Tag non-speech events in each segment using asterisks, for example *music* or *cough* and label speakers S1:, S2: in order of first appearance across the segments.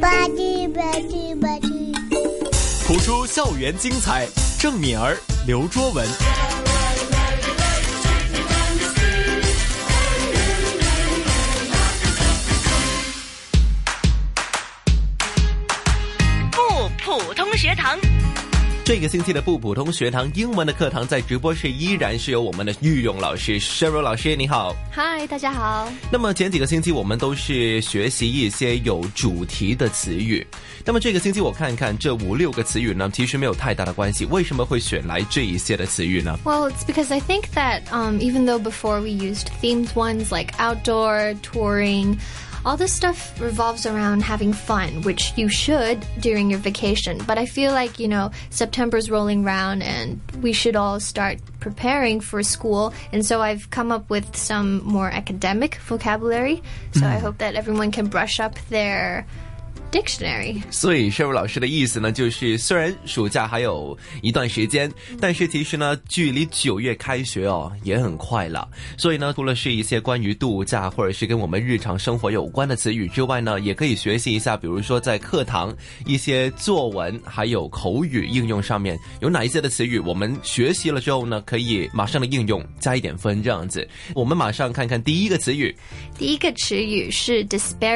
S1: 吧唧吧唧吧唧，
S2: 谱出校园精彩，郑敏儿、刘卓文。
S3: 不普通学堂，
S4: 这个星期的不普通学堂英文的课堂在直播室依然是由我们的御勇老师 Sheryl 老师，你好。
S5: 嗨，大家好。
S4: 那么前几个星期我们都是学习一些有主题的词语，那么这个星期我看看这五六个词语呢，其实没有太大的关系。为什么会选来这一些的词语呢？
S5: Well, it's because I think that um, even though before we used themed ones like outdoor, touring, all this stuff revolves around having fun, which you should during your vacation. But I feel like, you know, September's rolling round and we should all start preparing for school. And so I've come up with some more academic vocabulary. So I hope that everyone can brush up their dictionary.
S4: 所以 Sheryl 老师的意思呢，就是虽然暑假还有呃一段时间，但是其实呢，距离九月开学哦也很快了。所以呢，除了是一些关于度假或者是跟我们日常生活有关的词语之外呢，也可以学习一下，比如说在课堂一些作文还有口语应用上面有哪一些的词语，我们学习了之后呢，可以马上的应用，加一点分这样子。我们马上看看第一个词语。
S5: 第一个词语是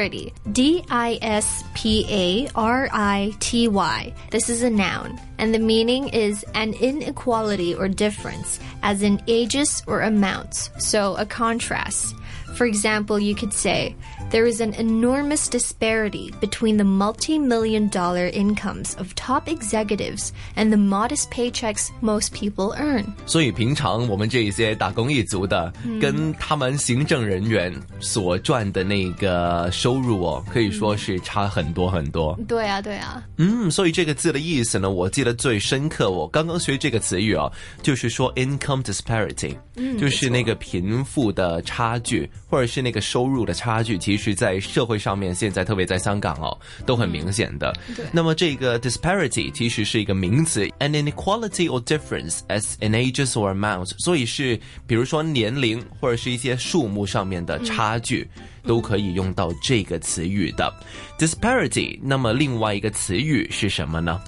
S5: disparity，D I S P A R I T Y. This is a noun, and the meaning is an inequality or difference, as in ages or amounts, so a contrast. For example, you could say, there is an enormous disparity between the multi million dollar incomes of top executives and the modest paychecks most people earn.
S4: 所以平常我们这一些打工一族的，跟他们行政人员所赚的那个收入哦，可以说是差很多很多。
S5: 对啊，对啊。
S4: 嗯，所以这个字的意思呢，我记得最深刻，我刚刚学这个词语哦，就是说 income disparity，、就是那个贫富的差距，或者是那个收入的差距，其实在社会上面现在特别在香港哦，都很明显的。
S5: 对
S4: 那么这个 disparity 其实是一个名词，an inequality or difference as in ages or amount，所以是比如说年龄或者是一些数目上面的差距。都可以用到这个词语的 disparity。那么另外一个词语是什么呢？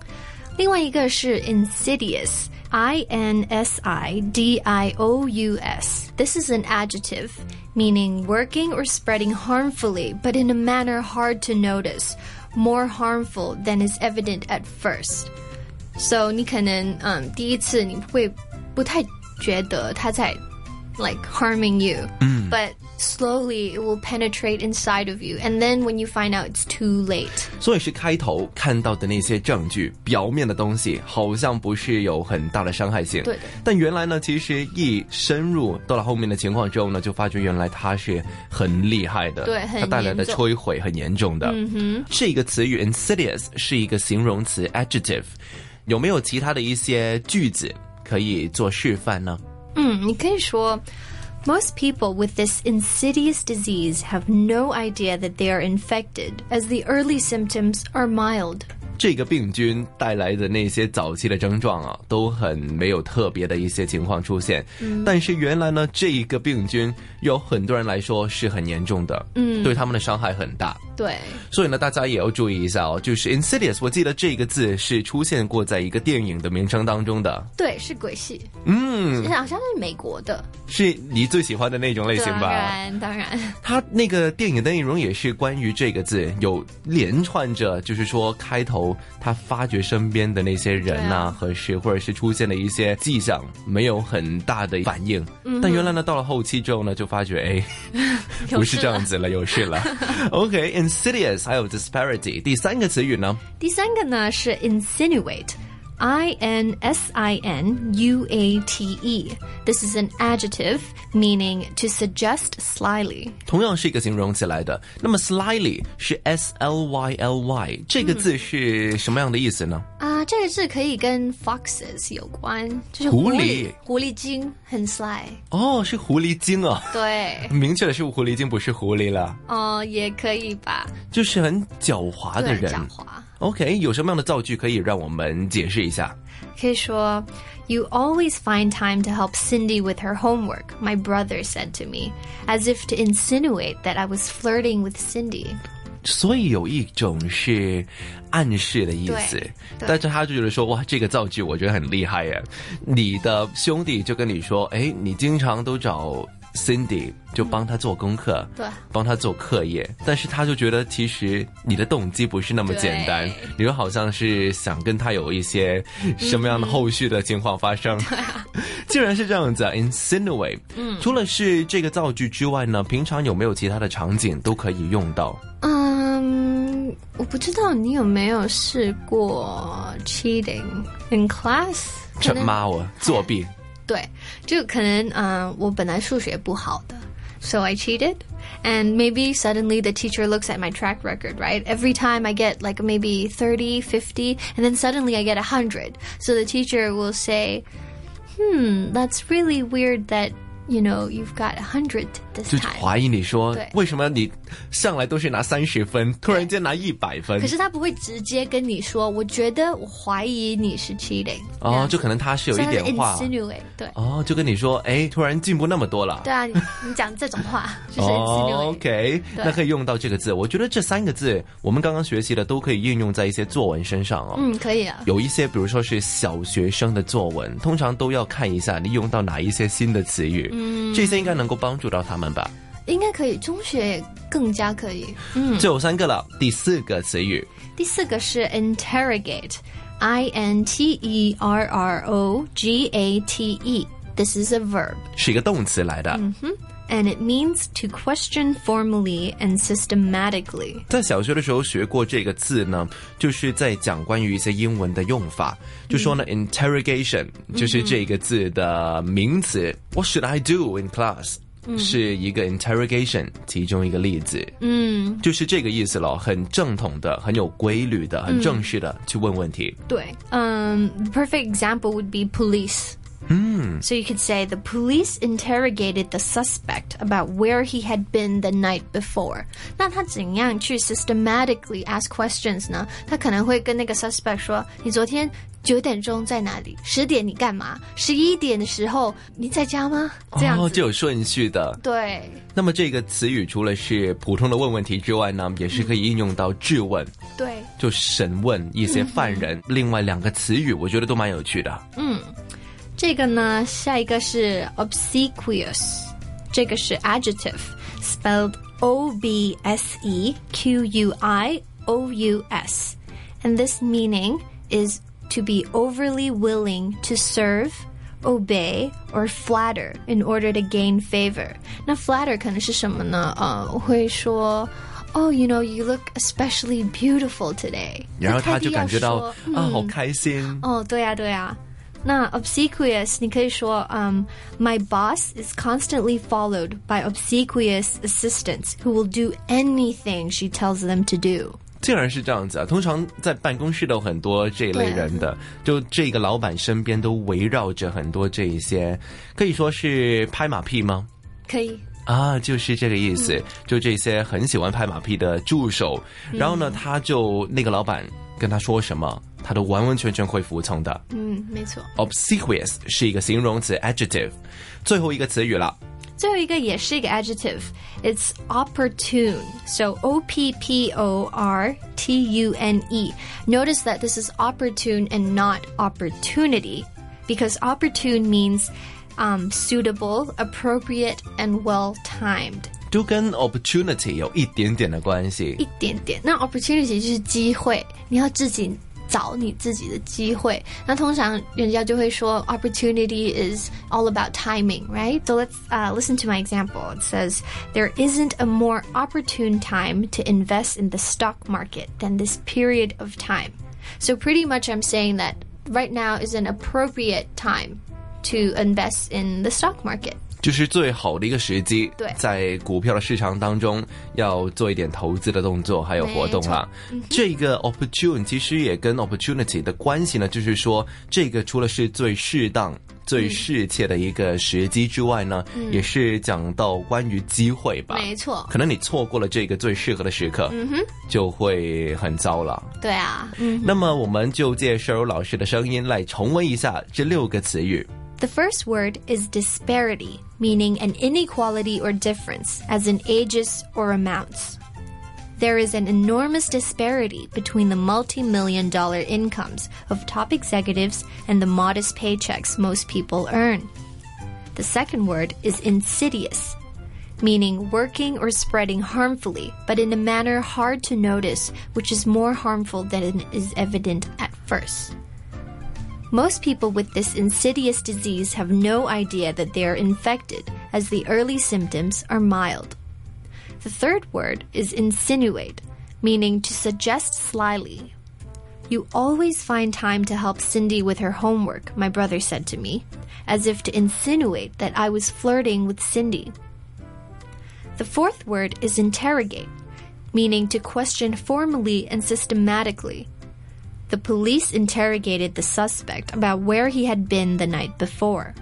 S5: 另外一个是 insidious，I N S I D I O U S. This is an adjective meaning working or spreading harmfully, but in a manner hard to notice, more harmful than is evident at first. So 你可能嗯第一次你会不太觉得它在 like harming you, but slowly it will penetrate inside of you, and then when you find out it's too late.
S4: 所以是开头看到的那些证据，表面的东西好像不是有很大的伤害性。
S5: 对的
S4: 但原来呢，其实一深入到了后面的情况之后呢，就发觉原来它是很厉害的，
S5: 对很
S4: 它带来的
S5: 严重
S4: 摧毁很严重的。嗯哼，这个词语 insidious 是一个形容词 adjective，有没有其他的一些句子可以做示范呢？
S5: Hmm, Most people with this insidious disease have no idea that they are infected, as the early symptoms are mild.
S4: 这个病菌带来的那些早期的症状啊，都很没有特别的一些情况出现。但是原来呢，这一个病菌有很多人来说是很严重的，嗯，对他们的伤害很大。所以呢，大家也要注意一下哦，就是 insidious，我记得这个字是出现过在一个电影的名称当中的，
S5: 对，对，是鬼戏，
S4: 嗯，
S5: 好像是美国的。
S4: 是你最喜欢的那种类型吧？它那个电影的内容也是关于这个字，有连串着，就是说开头他发觉身边的那些人
S5: 对
S4: 呐、
S5: 啊
S4: 和事，或者是出现了一些迹象，没有很大的反应。但原来呢，到了后期之后呢，就发觉哎， *laughs*
S5: 有
S4: 不是
S5: 事
S4: 这样子了，有事了。OK，insidious、还有 disparity，第三个词语呢？
S5: 第三个呢是 insinuate. I N S I N U A T E. This is an adjective meaning to suggest slyly.
S4: 同样是一个形容词来的。那么 slyly 是 s l y l y 这个字是什么样的意思呢？
S5: 啊、uh,，这个是可以跟 foxes 有关，就是
S4: 狐狸。
S5: 狐狸精很 sly。
S4: 哦，是狐狸精啊。
S5: 对，
S4: 明确的是狐狸精不是狐狸了，
S5: 哦，也可以吧，
S4: 就是很狡猾的
S5: 对，
S4: 人。
S5: 狡猾。
S4: OK，有什么样的造句可以让我们解释一下？
S5: 可以说，You always find time to help Cindy with her homework. My brother said to me, as if to insinuate that I was flirting with Cindy.
S4: 所以有一种是暗示的意思
S5: 对。对
S4: 但是他就觉得说，哇，这个造句我觉得很厉害耶。你的兄弟就跟你说，哎，你经常都找 Cindy 就帮他做功课，
S5: 嗯对
S4: 帮他做课业，但是他就觉得其实你的动机不是那么简单
S5: 对，
S4: 你就好像是想跟他有一些什么样的后续的情况发生。
S5: 嗯啊
S4: 既然是这样子啊，insinuate，嗯，除了是这个造句之外呢，平常有没有其他的场景都可以用到？
S5: 嗯，Um, 我不知道你有没有试过 cheating in class？可
S4: 这
S5: 能
S4: 妈我啊作弊，
S5: 对，就可能嗯、呃我本来数学不好的，so I cheated。And maybe suddenly the teacher looks at my track record, right? Every time I get like maybe 30, 50, and then suddenly I get 100. So the teacher will say, hmm, that's really weird that, you know, you've got 100 this
S4: 就
S5: time.
S4: 怀疑你说
S5: 对
S4: 为什么你上来都是拿三十分，突然间拿一百分
S5: 可。是他不会直接跟你说，我觉得我怀疑你是 cheating
S4: 哦，就可能他是有一点话
S5: i n s i n u a t e 对、
S4: 哦，就跟你说，哎，突然进步那么多了。
S5: 对啊，你你讲这种
S4: *laughs*
S5: 话就是 insinuate，、
S4: 哦 OK，
S5: 对
S4: 那可以用到这个字。我觉得这三个字，我们刚刚学习的都可以应用在一些作文身上哦。
S5: 嗯，可以啊，
S4: 有一些，比如说是小学生的作文，通常都要看一下你用到哪一些新的词语，嗯，这些应该能够帮助到他们吧。
S5: 应该可以，中学也更加可以。嗯，
S4: 就有三个了，第四个词语
S5: 第四个是 interrogate。I N T E R R O G A T E. This is a verb Hmm?
S4: 是一个动词来的，
S5: and it means to question formally and systematically.
S4: 在小学的时候学过这个字呢，就是在讲关于一些英文的用法，就说呢、i
S5: 嗯
S4: n t e r r o g a t i o n 就是这个字的名词、w
S5: 嗯
S4: h a t should I do in class？、是一个 interrogation 其中一个例子，嗯，就是这个意思咯，很正统的，很有规律的，很正式的去问问题。
S5: 对，嗯、um,，the perfect example would be police.
S4: Hmm.
S5: So you could say the police interrogated the suspect about where he had been the night before. 那他怎样去 systematically ask questions 呢？他可能会跟那个 suspect
S4: 哦，
S5: 说：“你昨天九点钟在哪里？十点你干嘛？十一点的时候你在家吗？”这样子。
S4: 就有顺序的。
S5: 对。
S4: 那么这个词语除了是普通的问问题之外呢，也是可以应用到质问，
S5: 对
S4: 就审问一些犯人。
S5: 嗯
S4: 另外两个词语，我觉得都蛮有趣的。
S5: 这个呢，下一个是 obsequious，这个是 adjective，spelled o b s e q u i o u s，and this meaning is to be overly willing to serve。Obey or flatter in order to gain favor. 那 flatter 可能是什么呢？呃，我会说，Oh, you know, you look especially beautiful today.
S4: 然后他就感觉到
S5: 特地要说
S4: 啊，好
S5: 嗯
S4: 开心。
S5: 哦，对呀，对呀。那 obsequious，你可以说，嗯、m y boss is constantly followed by obsequious assistants who will do anything she tells them to do。
S4: 竟然是这样子啊！通常在办公室都有很多这一类人的，就这个老板身边都围绕着很多这一些，可以说是拍马屁吗？
S5: 可以，
S4: 啊，就是这个意思，
S5: 嗯
S4: 就这些很喜欢拍马屁的助手，然后呢，
S5: 嗯
S4: 他就那个老板跟他说什么，他都完完全全会服从的。
S5: 嗯，没错。
S4: obsequious 是一个形容词 adjective，最后一个词语了。
S5: 最后一个也是一个 adjective，it's opportune，so o p p o r t u n e。Notice that this is opportune and not opportunity because opportune means um, suitable, appropriate, and well timed。
S4: 都跟 opportunity 有一点点的关系，
S5: 一点点。那 opportunity 就是机会，你要自己找你自己的机会。那通常人家就会说 opportunity is all about timing, right? So let's uh, listen to my example. It says there isn't a more opportune time to invest in the stock market than this period of time. So pretty much I'm saying that right now is an appropriate time to invest in the stock market.
S4: 就是最好的一个时机，
S5: 对
S4: 在股票的市场当中要做一点投资的动作，还有活动啦。
S5: 嗯
S4: 这个 opportune 其实也跟 opportunity 的关系呢，就是说这个除了是最适
S5: 嗯
S4: 当。最适切的一个时机之外呢，也是讲到关于机会吧。
S5: 没错嗯
S4: 可能你错过了这个最适合的时刻，就会很糟了。
S5: 对啊，
S4: 那么我们就借舍友老师的声音来重温一下这六个词语。
S5: The first word is disparity, meaning an inequality or difference, as in ages or amounts. there is an enormous disparity between the multi million dollar incomes of top executives and the modest paychecks most people earn. The second word is insidious, meaning working or spreading harmfully, but in a manner hard to notice, which is more harmful than it is evident at first. Most people with this insidious disease have no idea that they are infected, as the early symptoms are mild. The third word is insinuate, meaning to suggest slyly. You always find time to help Cindy with her homework, my brother said to me, as if to insinuate that I was flirting with Cindy. The fourth word is interrogate, meaning to question formally and systematically. The police interrogated the suspect about where he had been the night before.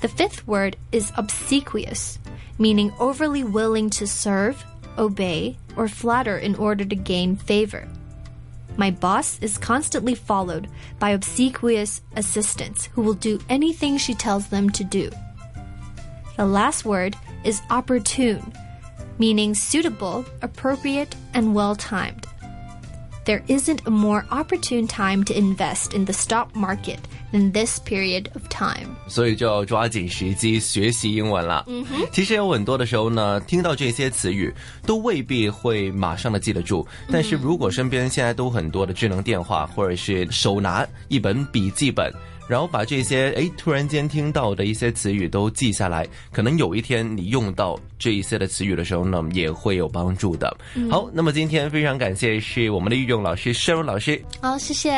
S5: The fifth word is obsequious, meaning overly willing to serve, obey, or flatter in order to gain favor. My boss is constantly followed by obsequious assistants who will do anything she tells them to do. The last word is opportune, meaning suitable, appropriate, and well timed. There isn't a more opportune time to invest in the stock market than this period of time.
S4: 所以就要抓紧时机学习英文了。嗯哼，其实有很多的时候呢，听到这些词语都未必会马上的记得住，但是如果身边现在都很多的智能电话，或者是手拿一本笔记本。然后把这些哎突然间听到的一些词语都记下来，可能有一天你用到这一些的词语的时候呢，也会嗯有帮助的。好，那么今天非常感谢是我们的御用老师 Sharon 老师，
S5: 好，谢谢。